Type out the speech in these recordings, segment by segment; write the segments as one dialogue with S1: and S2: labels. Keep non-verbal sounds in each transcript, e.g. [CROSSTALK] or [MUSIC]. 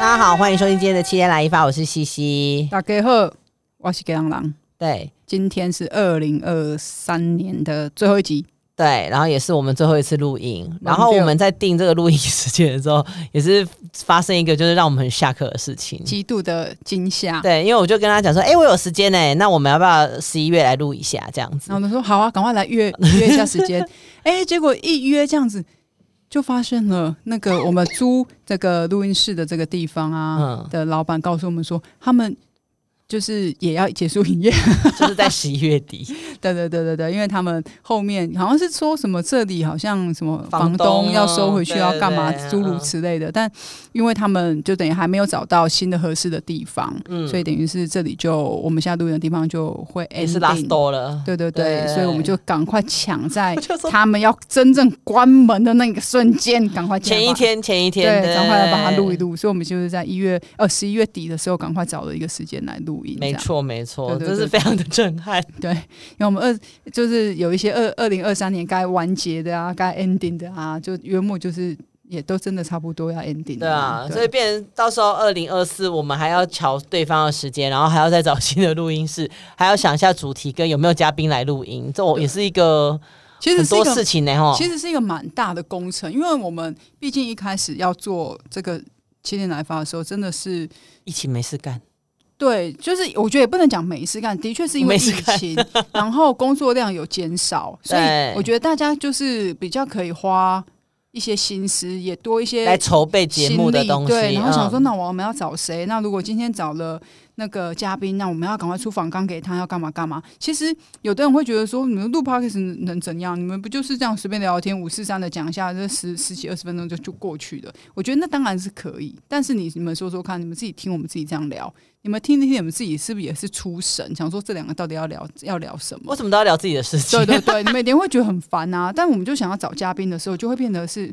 S1: 家好，欢迎收听今天的《七天来一发》，我是西西。
S2: 大家好，我是给郎郎，
S1: 对
S2: 今天是二零二三年的最后一集，
S1: 对，然后也是我们最后一次录音。然
S2: 忘
S1: 后
S2: 掉
S1: 我们在定这个录音时间的时候， [LAUGHS] 也是发生一个就是让我们很下课的事情。
S2: 极度的惊吓。然
S1: 对，因为我就跟他讲说，哎、我有时间呢、那我们要不要十一月来录一下这样子
S2: 后我？们说好啊，赶快
S1: [LAUGHS]
S2: 来约约一下时间。哎、结果一约这样子，就发现了那个我们租这个录音室的这个地方啊、
S1: 嗯
S2: 的老板告诉我们说，他们就是也要结束营业。
S1: 就是在十一月底，
S2: [LAUGHS] 对对对对对，因为他们后面好像是说什么这里好像什么
S1: 房
S2: 房
S1: 东
S2: 东要收回
S1: 对
S2: 去要干嘛
S1: 对对
S2: 诸如此类的，但因为他们就等于还没有找到新的合适的地方，
S1: 嗯，
S2: 所以等于是这里就我们现在录音的地方就会 ending,
S1: 也是 last door 了。
S2: 对对对，
S1: 对
S2: 所以我们就赶快抢在
S1: [LAUGHS] 我就说
S2: 他们要真正关门的那个瞬间，赶快进来
S1: 前一
S2: 把。
S1: 天，前一天，
S2: 对，赶快来把它录一。录。所以，我们就是在一月呃十一月底的时候，赶快找了一个时间来录音。这
S1: 没
S2: 样
S1: 错，没错，
S2: 对对
S1: 这是
S2: 对
S1: 非常的震撼。
S2: 对，因为我们二就是有一些二二零二三年该完结的啊，该 ending 的啊，就原本就是也都真的差不多要 ending
S1: 对
S2: 了
S1: 啊，所以变成到时候二零二四，我们还要瞧对方的时间，然后还要再找新的录音室，还要想一下主题跟有没有嘉宾来录音，这我也是一个
S2: 其实
S1: 很
S2: 是一
S1: 多
S2: 个
S1: 事情呢哦哈。
S2: 其实是一个蛮大的工程，因为我们毕竟一开始要做这个七天来发的时候，真的是
S1: 疫情没事干，
S2: 对，就是我觉得也不能讲没事干，的确是因为
S1: 没
S2: 疫
S1: 事干
S2: 情，然后工作量有减少，所以
S1: 对
S2: 我觉得大家就是比较可以花一些心思，也多一些
S1: 来筹备节目的东西。
S2: 心力对，然后想说，
S1: 嗯
S2: 那我们要找谁？那如果今天找了那个嘉宾，那我们要赶快出访纲给他，要干嘛干嘛？其实有的人会觉得说，你们录 podcast 能能怎样？你们不就是这样随便聊聊天，五四三的讲一下，这十十几二十分钟就就过去了。我觉得那当然是可以，但是你你们说说看，你们自己听我们自己这样聊，你们听一听，你们自己是不是也是出神？想说这两个到底要聊要聊什么
S1: 为？什么都要聊自己的事情？
S2: 对对对，你每天会觉得很烦啊。但我们就想要找嘉宾的时候，就会变得是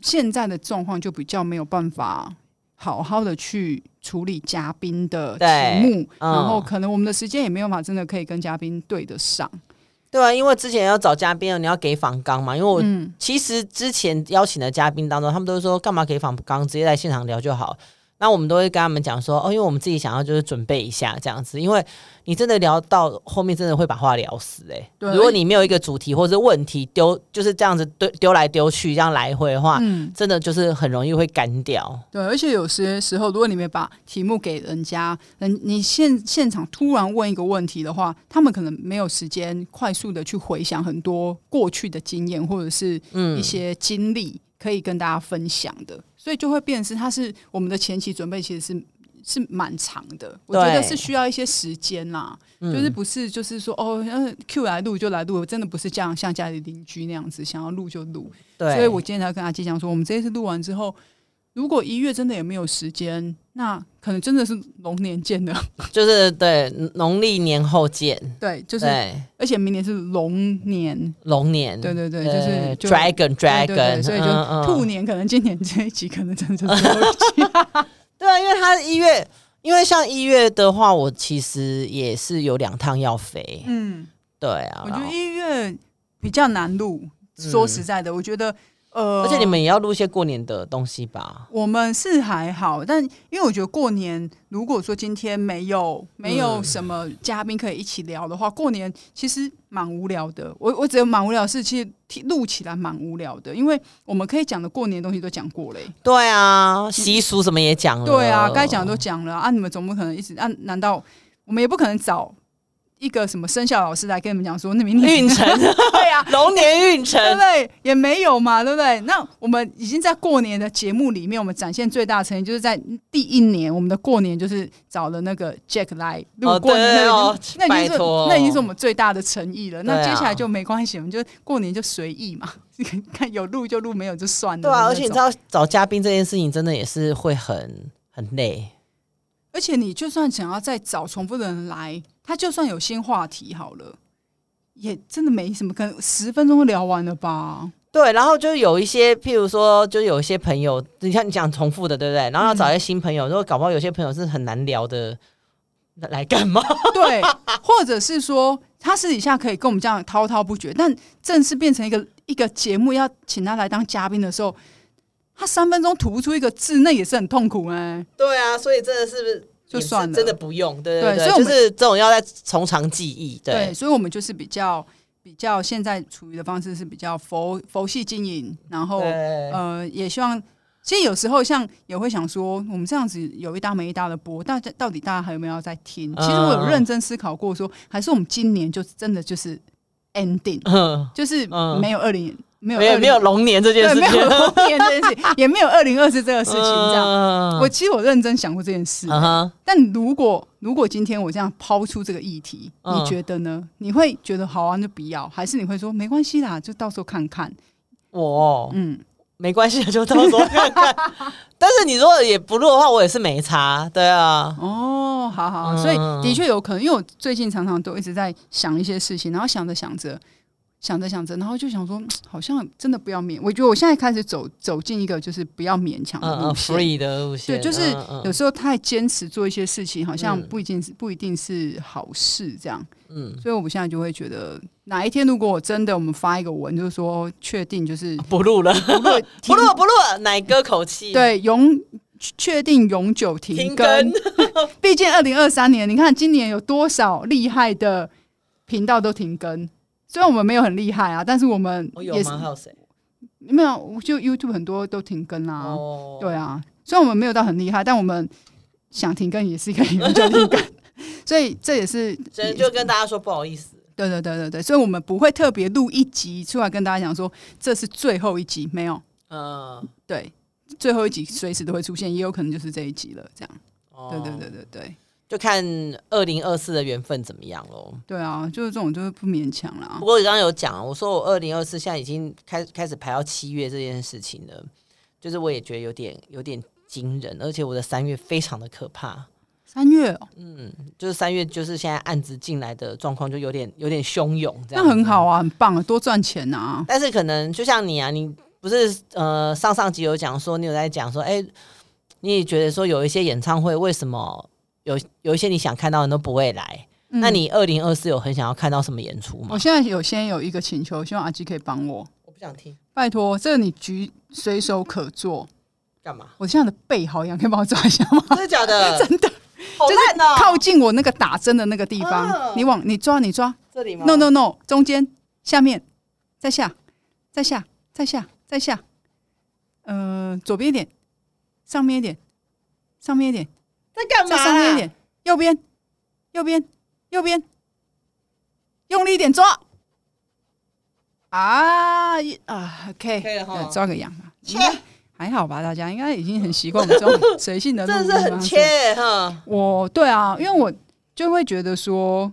S2: 现在的状况就比较没有办法好好的去处理嘉宾的
S1: 对
S2: 题目，
S1: 嗯
S2: 然后可能我们的时间也没有办法真的可以跟嘉宾对得上。
S1: [LAUGHS] 对啊，因为之前要找嘉宾，你要给访纲嘛，因为我。
S2: 嗯，
S1: 其实之前邀请的嘉宾当中，他们都说干嘛给访纲，直接在现场聊就好。那我们都会跟他们讲说，哦，因为我们自己想要就是准备一下这样子，因为你真的聊到后面，真的会把话聊死哎、
S2: 对
S1: 如果你没有一个主题或者是问题丢，就是这样子丢丢来丢去，这样来回的话，
S2: 嗯，
S1: 真的就是很容易会干掉。
S2: 对，而且有些时候，如果你没把题目给人家，人你现现场突然问一个问题的话，他们可能没有时间快速的去回想很多过去的经验或者是
S1: 嗯
S2: 一些经历可以跟大家分享的，所以就会变成是它是我们的前期准备其实是。是蛮长的，我觉得
S1: 对
S2: 是需要一些时间啦，
S1: 嗯
S2: 就是不是就是说哦呃，Q 来录就来录，真的不是这样，像家里邻居那样子，想要录就录。
S1: 对，
S2: 所以我今天才跟阿基讲说，我们这一次录完之后，如果一月真的也没有时间，那可能真的是龙年见的。
S1: 就是对农历年后见，
S2: [LAUGHS] 对，就是，
S1: 对
S2: 而且明年是龙年，
S1: 龙年，
S2: 对对对，就
S1: 呃
S2: 是就
S1: dragon
S2: 对对对
S1: dragon，
S2: 所以
S1: 嗯
S2: 就
S1: 嗯
S2: 兔年可能今年这一集可能真 [LAUGHS] 的就是最后一集
S1: 对啊，因为他一月，因为像一月的话，我其实也是有两趟要飞。
S2: 嗯，
S1: 对啊，
S2: 我觉
S1: 然后
S2: 得一月比较难录，说实在的，我觉得呃，
S1: 而且你们也要录一些过年的东西吧？
S2: 我们是还好，但因为我觉得过年，如果说今天没有没有什么嘉宾可以一起聊的话，过年其实蛮无聊的。我我只有蛮无聊的事，其实听录起来蛮无聊的，因为我们可以讲的过年的东西都讲过欸嘞、
S1: 对啊，习俗什么也讲了。
S2: 嗯对啊，该讲的都讲了啊，啊你们总不可能一直啊？难道我们也不可能找一个什么生肖老师来跟你们讲说，那明年
S1: [LAUGHS] 运程，
S2: [LAUGHS]
S1: [LAUGHS]
S2: 对啊，
S1: 龙年运程
S2: 对不。对？也没有嘛，对不对？那我们已经在过年的节目里面，我们展现最大的诚意，就是在第一年，我们的过年就是找了那个 Jack 来录
S1: 哦
S2: 过年，
S1: 对
S2: 那
S1: 哦
S2: 已经那已经
S1: 拜
S2: 是
S1: 托
S2: 那已经是我们最大的诚意了。那
S1: 对啊
S2: 接下来就没关系，我们就过年就随意嘛， [LAUGHS] 看有录就录，没有就算了。
S1: 对啊，而且你知
S2: 道，
S1: 道找嘉宾这件事情，真的也是会很很累。
S2: 而且你就算想要再找重复的人来，他就算有新话题好了。也真的没什么，可能十分钟就聊完了吧？ [LAUGHS]
S1: 对，然后就有一些，譬如说，就有一些朋友，你看你讲重复的，对不对？然后要
S2: 嗯
S1: 找一些新朋友，如果搞不好有些朋友是很难聊的，来来干嘛？
S2: 对，或者是说他私底下可以跟我们这样滔滔不绝，但正式变成一个一个节目要请他来当嘉宾的时候，他三分钟吐不出一个字，那也是很痛苦哎、
S1: 对啊，所以真的是
S2: 就
S1: 也是
S2: 算了
S1: 真的不用，对
S2: 对
S1: 对，
S2: 所以我
S1: 就
S2: 们
S1: 是这种要在从长计议，对
S2: 所以我们就是比较比较现在处于的方式是比较佛佛系经营，然后
S1: 对
S2: 呃，也希望。其实有时候像也会想说，我们这样子有一搭没一搭的播，大家到底大家还有没有要再听？其实我有
S1: 嗯
S2: 认真思考过说，还是我们今年就真的就是
S1: [LAUGHS]
S2: ending，
S1: 嗯，
S2: 就是
S1: 嗯
S2: 没有二零、没有
S1: 没有
S2: 20
S1: 没有龙年这件
S2: 对
S1: 事
S2: 没
S1: 情， [LAUGHS]
S2: 有龙年这件事，也没有二零二四这个事情这样。
S1: 样
S2: 我其实我认真想过这件事，
S1: 嗯哼，
S2: 但如果如果今天我这样抛出这个议题，
S1: 嗯
S2: 你觉得呢？你会觉得好啊，那就不要，还是你会说没关系啦，就到时候看看？
S1: 我哦
S2: 嗯，
S1: 没关系，就到时候看看。 [LAUGHS] 但是你如果也不录的话，我也是没差，对啊，
S2: 哦，好好，
S1: 嗯
S2: 所以的确有可能，因为我最近常常都一直在想一些事情，然后想着想着。想着想着，然后就想说，嗯好像真的不要勉。我觉得我现在开始走走进一个就是不要勉强的
S1: 嗯
S2: 路
S1: 嗯
S2: 线。
S1: ，free 的路线，
S2: 哦对，就是
S1: 嗯嗯
S2: 有时候太坚持做一些事情，好像
S1: 嗯
S2: 不一定是不一定是好事，这样。
S1: 嗯，
S2: 所以我现在就会觉得，哪一天如果我真的我们发一个文，就是说确
S1: [LAUGHS]
S2: 定就是
S1: 不录
S2: [LAUGHS]
S1: 了，
S2: 不录
S1: 不
S2: 停
S1: 录了不录了，奶哥口气，，
S2: 对永确定永久停
S1: 停
S2: 更
S1: 更。
S2: 毕竟二零二三年，你看今年有多少厉害的频道都停更。虽然我们没有很厉害啊，但是我们
S1: 我哦有
S2: 也是
S1: 吗？还有谁？
S2: 没有，就 YouTube 很多都停更啊。
S1: 哦
S2: 对，啊，虽然我们没有到很厉害，但我们想停更也是可以永久停更， [LAUGHS] 所以这也是
S1: 所以就跟大家说不好意思，
S2: 对对对对对，所以我们不会特别录一集出来跟大家讲说这是最后一集，没有，
S1: 嗯，
S2: 对，最后一集随时都会出现，也有可能就是这一集了，这样，
S1: 哦
S2: 对对对，对对，
S1: 就看二零二四的缘分怎么样喽。
S2: 对啊，就是这种就是不勉强啦
S1: 不，过我刚刚有讲，啊我说我二零二四现在已经开开始排到七月这件事情了，就是我也觉得有点有点惊人，而且我的三月非常的可怕。
S2: 三月、哦、
S1: 嗯，就是三月，就是现在案子进来的状况就有点有点汹涌，这样
S2: 那
S1: 子
S2: 很好。啊，很棒啊，多赚钱啊，
S1: 但是可能就像你啊，你不是呃上上集有讲说，你有在讲说，哎、你也觉得说有一些演唱会为什么有有一些你想看到的人都不会来？
S2: 嗯
S1: 那你二零二四有很想要看到什么演出吗
S2: 我？现在有先有一个请求，希望阿基可以帮我，
S1: 我不想听，
S2: 拜托，这个你举随手可做，
S1: 干
S2: [LAUGHS]？
S1: 嘛
S2: 我现在的背好痒，可以帮我抓一下吗？
S1: 真的假的？
S2: [LAUGHS] 真的，
S1: 好烂哦、
S2: 靠近我那个打针的那个地方，
S1: 哦
S2: 你往你抓，你抓。
S1: 这里吗
S2: No no no，中间下面，再下，再下，再下，再下，呃，左边一点，上面一点，上面一点，
S1: 在干
S2: 再上面一
S1: 嘛啦？
S2: 点，右边，右边，右边，用力一点抓。啊一啊，OK，
S1: 可以了哈
S2: 对抓个羊吧，应该还好吧？大家应该已经很习惯我们
S1: [LAUGHS]
S2: 这种随性的录
S1: 真
S2: 音
S1: 的是
S2: 方
S1: 很
S2: 式
S1: 切欸哈，
S2: 我对啊，因为我就会觉得说，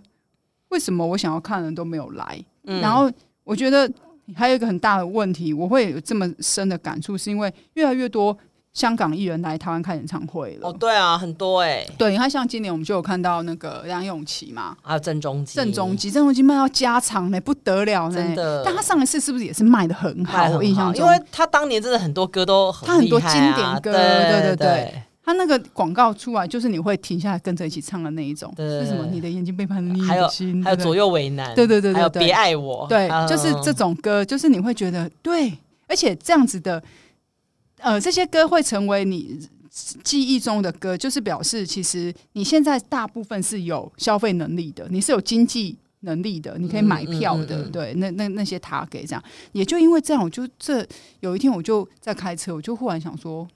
S2: 为什么我想要看的人都没有来？
S1: 嗯
S2: 然后我觉得还有一个很大的问题，我会有这么深的感触，是因为越来越多香港艺人来台湾开演唱会了。
S1: 哦，对啊，很多哎、
S2: 对，你看像今年我们就有看到那个梁咏琪嘛，
S1: 还有郑中基，
S2: 郑中基，郑中基卖到加长呢，不得了呢。
S1: 真的
S2: 但他上一次是不是也是卖的很好？
S1: 卖得
S2: 我印
S1: 很好
S2: 象中，
S1: 因为他当年真的很多歌都很、啊
S2: 他很多经典歌
S1: 对
S2: 对对
S1: 对
S2: 他那个广告出来，就是你会停下来跟着一起唱的那一种，
S1: 对
S2: 是什么？你的眼睛背叛了你
S1: 还有
S2: 的心，
S1: 还有
S2: 对不对
S1: 左右为难，
S2: 嗯对对对对
S1: 还有
S2: 对
S1: 别爱我，
S2: 对，
S1: 嗯
S2: 就是这种歌，就是你会觉得对，而且这样子的，呃，这些歌会成为你记忆中的歌，就是表示其实你现在大部分是有消费能力的，你是有经济。能力的，你可以买票
S1: 嗯
S2: 的，
S1: 嗯嗯嗯
S2: 对，那那那些他给这样，也就因为这样，我就这有一天我就在开车，我就忽然想说，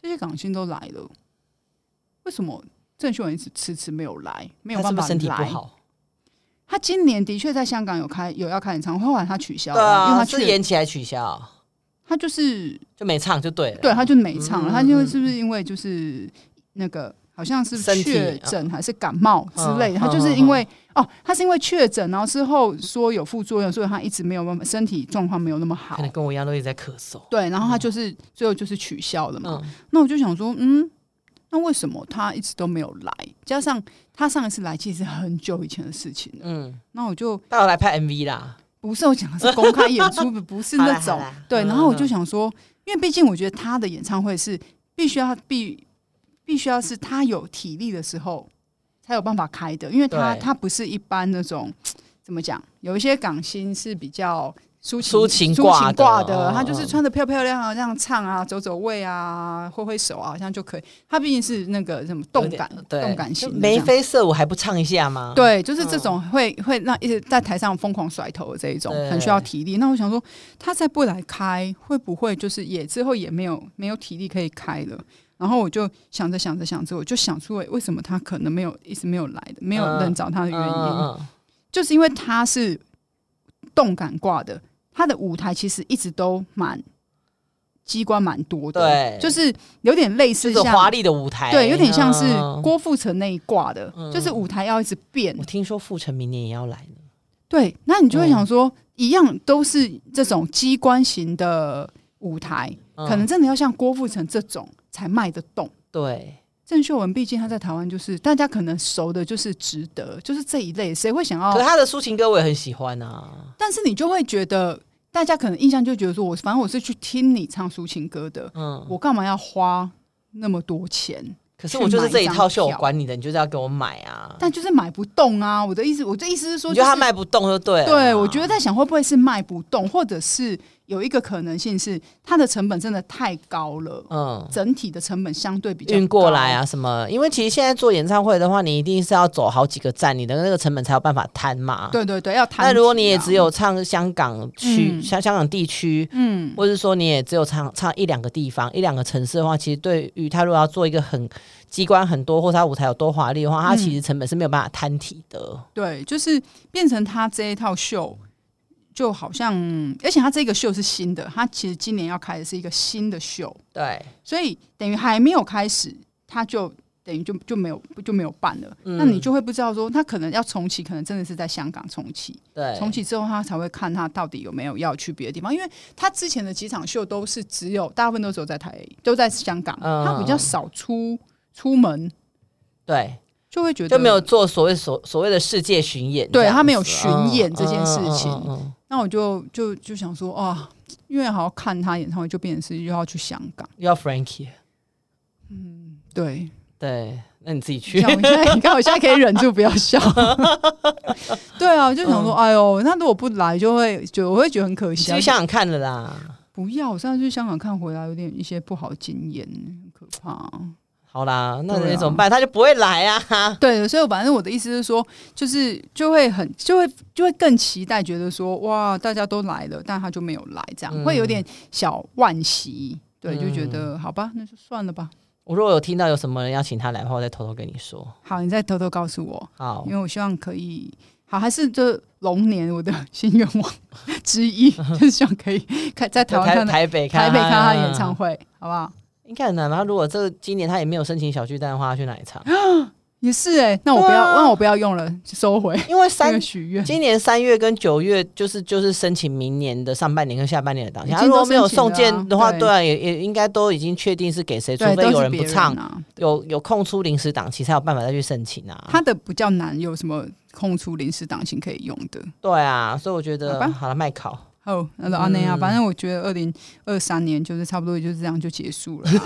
S2: 这些港星都来了，为什么郑秀文迟迟没有来，没有
S1: 他
S2: 办
S1: 是不
S2: 法
S1: 是身体不
S2: 来？
S1: 好？
S2: 他今年的确在香港有开有要开演唱会，后来他取消
S1: 对
S2: 了，因为
S1: 啊，
S2: 他
S1: 是
S2: 去了
S1: 延期还取消，
S2: 他就是
S1: 就没唱就对了。
S2: 对，他就没唱了，
S1: 嗯
S2: 他因为是不是因为就是那个好像是
S1: 身体啊
S2: 确诊还是感冒之类的，
S1: 嗯
S2: 他就是因为哦，他是因为确诊，然后之后说有副作用，所以他一直没有办法，身体状况没有那么好
S1: 可。能跟我一样都一直在咳嗽。
S2: 对，然后他就是最后就是取消了嘛。
S1: 嗯，
S2: 那我就想说，嗯，那为什么他一直都没有来？加上他上一次来其实很久以前的事情了。
S1: 嗯，
S2: 那我就
S1: 他有来拍 MV 啦，
S2: 不是我讲的是公开演
S1: [LAUGHS]
S2: 出，不是那
S1: 好
S2: 种
S1: 啦好啦
S2: 对。
S1: 嗯
S2: 然后我就
S1: 嗯
S2: 想说，因为毕竟我觉得他的演唱会是必须要必必须要是他有体力的时候才有办法开的，因为他
S1: 对
S2: 他不是一般那种怎么讲，有一些港星是比较抒情
S1: 抒情
S2: 抒
S1: 挂
S2: 情
S1: 的
S2: 挂的，
S1: 嗯
S2: 他就是穿的漂漂亮亮，这样唱啊，走走位啊，挥挥手啊，好像就可以。他毕竟是那个什么动感
S1: 有点、对
S2: 动感型的这
S1: 眉
S2: 样，
S1: 飞色舞还不唱一下吗？
S2: 对，就是这种会、会让一直在台上疯狂甩头的这一种，
S1: 嗯对
S2: 很需要体力。那我想说，他再不来开，会不会就是也之后也没有没有体力可以开了？然后我就想着想着想着，我就想出了为什么他可能没有一直没有来的，没有
S1: 嗯
S2: 人找他的
S1: 嗯，
S2: 原因，
S1: 嗯嗯
S2: 就是因为他是动感挂的，他的舞台其实一直都蛮机关蛮多的，
S1: 对，
S2: 就是有点类似
S1: 这种
S2: 像
S1: 华丽的舞台，
S2: 对，有点像是
S1: 嗯
S2: 郭富城那一挂的，就是舞台要一直变
S1: 我。听说傅成明年也要来呢，
S2: 对，那你就会
S1: 嗯
S2: 想说，一样都是这种机关型的舞台，
S1: 嗯
S2: 可能真的要像郭富城这种才卖得动。
S1: 对，
S2: 郑秀文毕竟她在台湾就是大家可能熟的，就是值得，就是这一类，谁会想要
S1: 可是他的抒情歌我也很喜欢啊，
S2: 但是你就会觉得，大家可能印象就觉得说，我反正我是去听你唱抒情歌的，
S1: 嗯，
S2: 我干嘛要花那么多钱？
S1: 可是我就是这一套秀，
S2: 去买一张
S1: 我
S2: 票
S1: 管你的，你就是要给我买啊。
S2: 但就是买不动啊！我的意思，我的意思是说、
S1: 你
S2: 就
S1: 觉得
S2: 是，
S1: 他卖不动就对了啊。
S2: 对我觉得在想会不会是卖不动，或者是有一个可能性是它的成本真的太高了，
S1: 嗯，
S2: 整体的成本相对比较
S1: 运过来
S2: 啊。
S1: 啊什么？因为其实现在做演唱会的话，你一定是要走好几个站，你的那个成本才有办法摊嘛。。
S2: 对对对，要谈、
S1: 那如果你也只有唱香港区、
S2: 嗯
S1: 香香港地区，
S2: 嗯，
S1: 或者说你也只有唱唱一两个地方、一两个城市的话，其实对于他如果要做一个很机关很多，或者他舞台有多华丽的话，他
S2: 嗯
S1: 其实成本是没有办法摊体的。
S2: 对，就是变成他这一套秀，就好像，而且他这个秀是新的，他其实今年要开的是一个新的秀，
S1: 对，
S2: 所以等于还没有开始，他就等于就就没有就没有办了。
S1: 嗯
S2: 那你就会不知道说，他可能要重启，可能真的是在香港重启，
S1: 对，
S2: 重启之后他才会看他到底有没有要去别的地方，因为他之前的几场秀都是只有大部分都只有在台都在香港，
S1: 嗯
S2: 他比较少出出门，
S1: 对，
S2: 就会觉得
S1: 就没有做所谓所所谓的世界巡演这
S2: 对
S1: 样子，
S2: 他没有巡
S1: 嗯
S2: 演这件事情
S1: 嗯嗯嗯嗯
S2: 那我就就就想说，啊，因为好要看他演唱会，就变成是又要去香港。
S1: 又要 Frankie，
S2: 对，
S1: 对，那你自己去
S2: 像。我现在，你看我现在可以忍住不要 [LAUGHS] 笑。对啊，我就想说，哎呦，那如果不来，就会觉得我会觉得很可
S1: 你
S2: 惜
S1: 去
S2: 啊。
S1: 香港看了啦，
S2: 不要，我上次去香港看回来，有点一些不好的经验，很可怕。啊
S1: 好啦，那
S2: 对啊
S1: 你怎么办？他就不会来啊。 [LAUGHS]
S2: 对，所以我反正我的意思是说，就是就会很就会就会更期待，觉得说哇，大家都来了，但他就没有来，这样、
S1: 嗯
S2: 会有点小惋惜。对，就觉
S1: 嗯
S2: 得、好吧，那就算了吧。
S1: 我如果有听到有什么人要请他来的话，我再偷偷跟你说。
S2: 好，你再偷偷告诉我，
S1: 好
S2: 因，为我希望可以好，还是这龙年我的 [LAUGHS] 新愿望之
S1: [LAUGHS]
S2: 一，就是希望可以看在台湾
S1: 台
S2: 看到
S1: 台北啊
S2: 台北看到他演唱
S1: 会，
S2: 会，好不好？
S1: 应该很难吧？他如果这今年他也没有申请小巨蛋的话，他去哪里
S2: 啊
S1: 唱？
S2: 也是哎、那我不
S1: 对
S2: 要，
S1: 啊
S2: 那我不要用了，收回
S1: 因为
S2: 这
S1: 三
S2: 个许愿。
S1: 今年三月跟九月就是就是申请明年的上半年跟下半年的档期。
S2: 已
S1: 他
S2: 经
S1: 如
S2: 都
S1: 果没有
S2: 申请了啊
S1: 送件的话，
S2: 对
S1: 对啊，也也应该都已经确定是给谁，除
S2: 对，
S1: 非
S2: 都
S1: 有
S2: 是
S1: 人不
S2: 别人
S1: 唱，
S2: 啊。
S1: 有有空出临时档期才有办法再去申请啊。
S2: 他的比较难，有什么空出临时档期可以用的？
S1: 对啊，所以我觉得
S2: 好吧
S1: 好了，麦考。
S2: 哦，那就安内啊，
S1: 嗯
S2: 反正我觉得二零二三年就是差不多就是这样就结束了啊。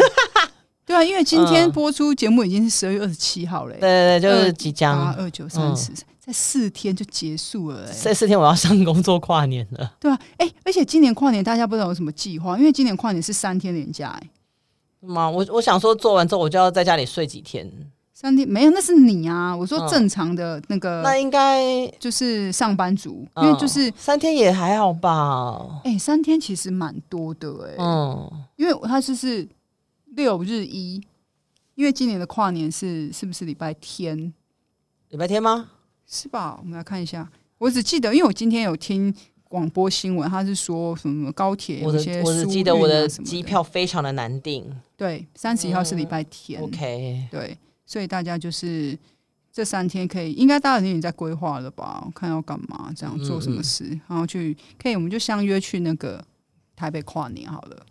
S2: [LAUGHS] 对啊，因为今天
S1: 嗯
S2: 播出节目已经是十二月二十七号了欸、
S1: 对对对，啊嗯就是即
S2: 八
S1: 将
S2: 二啊九三十，在四天就结束了、欸，
S1: 这四天我要上工作跨年了。
S2: 对啊，哎、而且今年跨年大家不知道有什么计划，因为今年跨年是三天连假、哎，
S1: 妈，嗯啊我我想说做完之后我就要在家里睡几天，
S2: 三天没有，那是你啊，我说
S1: 嗯
S2: 正常的那个、
S1: 那应该
S2: 就是上班族，因
S1: 嗯
S2: 为呃就是。
S1: 三天也还好吧。
S2: 哎、三天其实蛮多的哎、
S1: 嗯，
S2: 因为它就是六日一，因为今年的跨年是是不是礼拜天？
S1: 礼拜天吗？
S2: 是吧？我们来看一下，我只记得，因为我今天有听广播新闻，他是说什么高铁
S1: 我
S2: 有一些
S1: 的我只
S2: 疏
S1: 记得
S2: 运
S1: 我
S2: 啊
S1: 的
S2: 什么
S1: 机票非常的难订。
S2: 对，三十一号是礼拜天、
S1: OK，
S2: 对，所以大家就是这三天可以，应该大家已经在规划了吧？看要干嘛，这样
S1: 嗯
S2: 做什么事，然后去可以，我们就相约去那个台北跨年好了，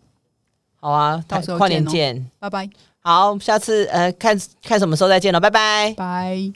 S1: 好啊，
S2: 到时候
S1: 跨年
S2: 见哦
S1: 见。
S2: 拜拜
S1: 好，下次呃看看什么时候再见了，拜拜。
S2: 拜。